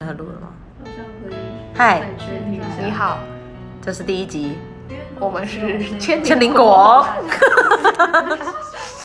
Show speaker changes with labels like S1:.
S1: 要录了吗？
S2: 好像可以。
S1: 嗨
S2: 再确定一下
S3: 你，好，
S1: 这是第一集，
S2: 因为如果
S3: 我们是
S2: 没有
S3: 千
S1: 千
S3: 里
S1: 灵果。
S2: 那个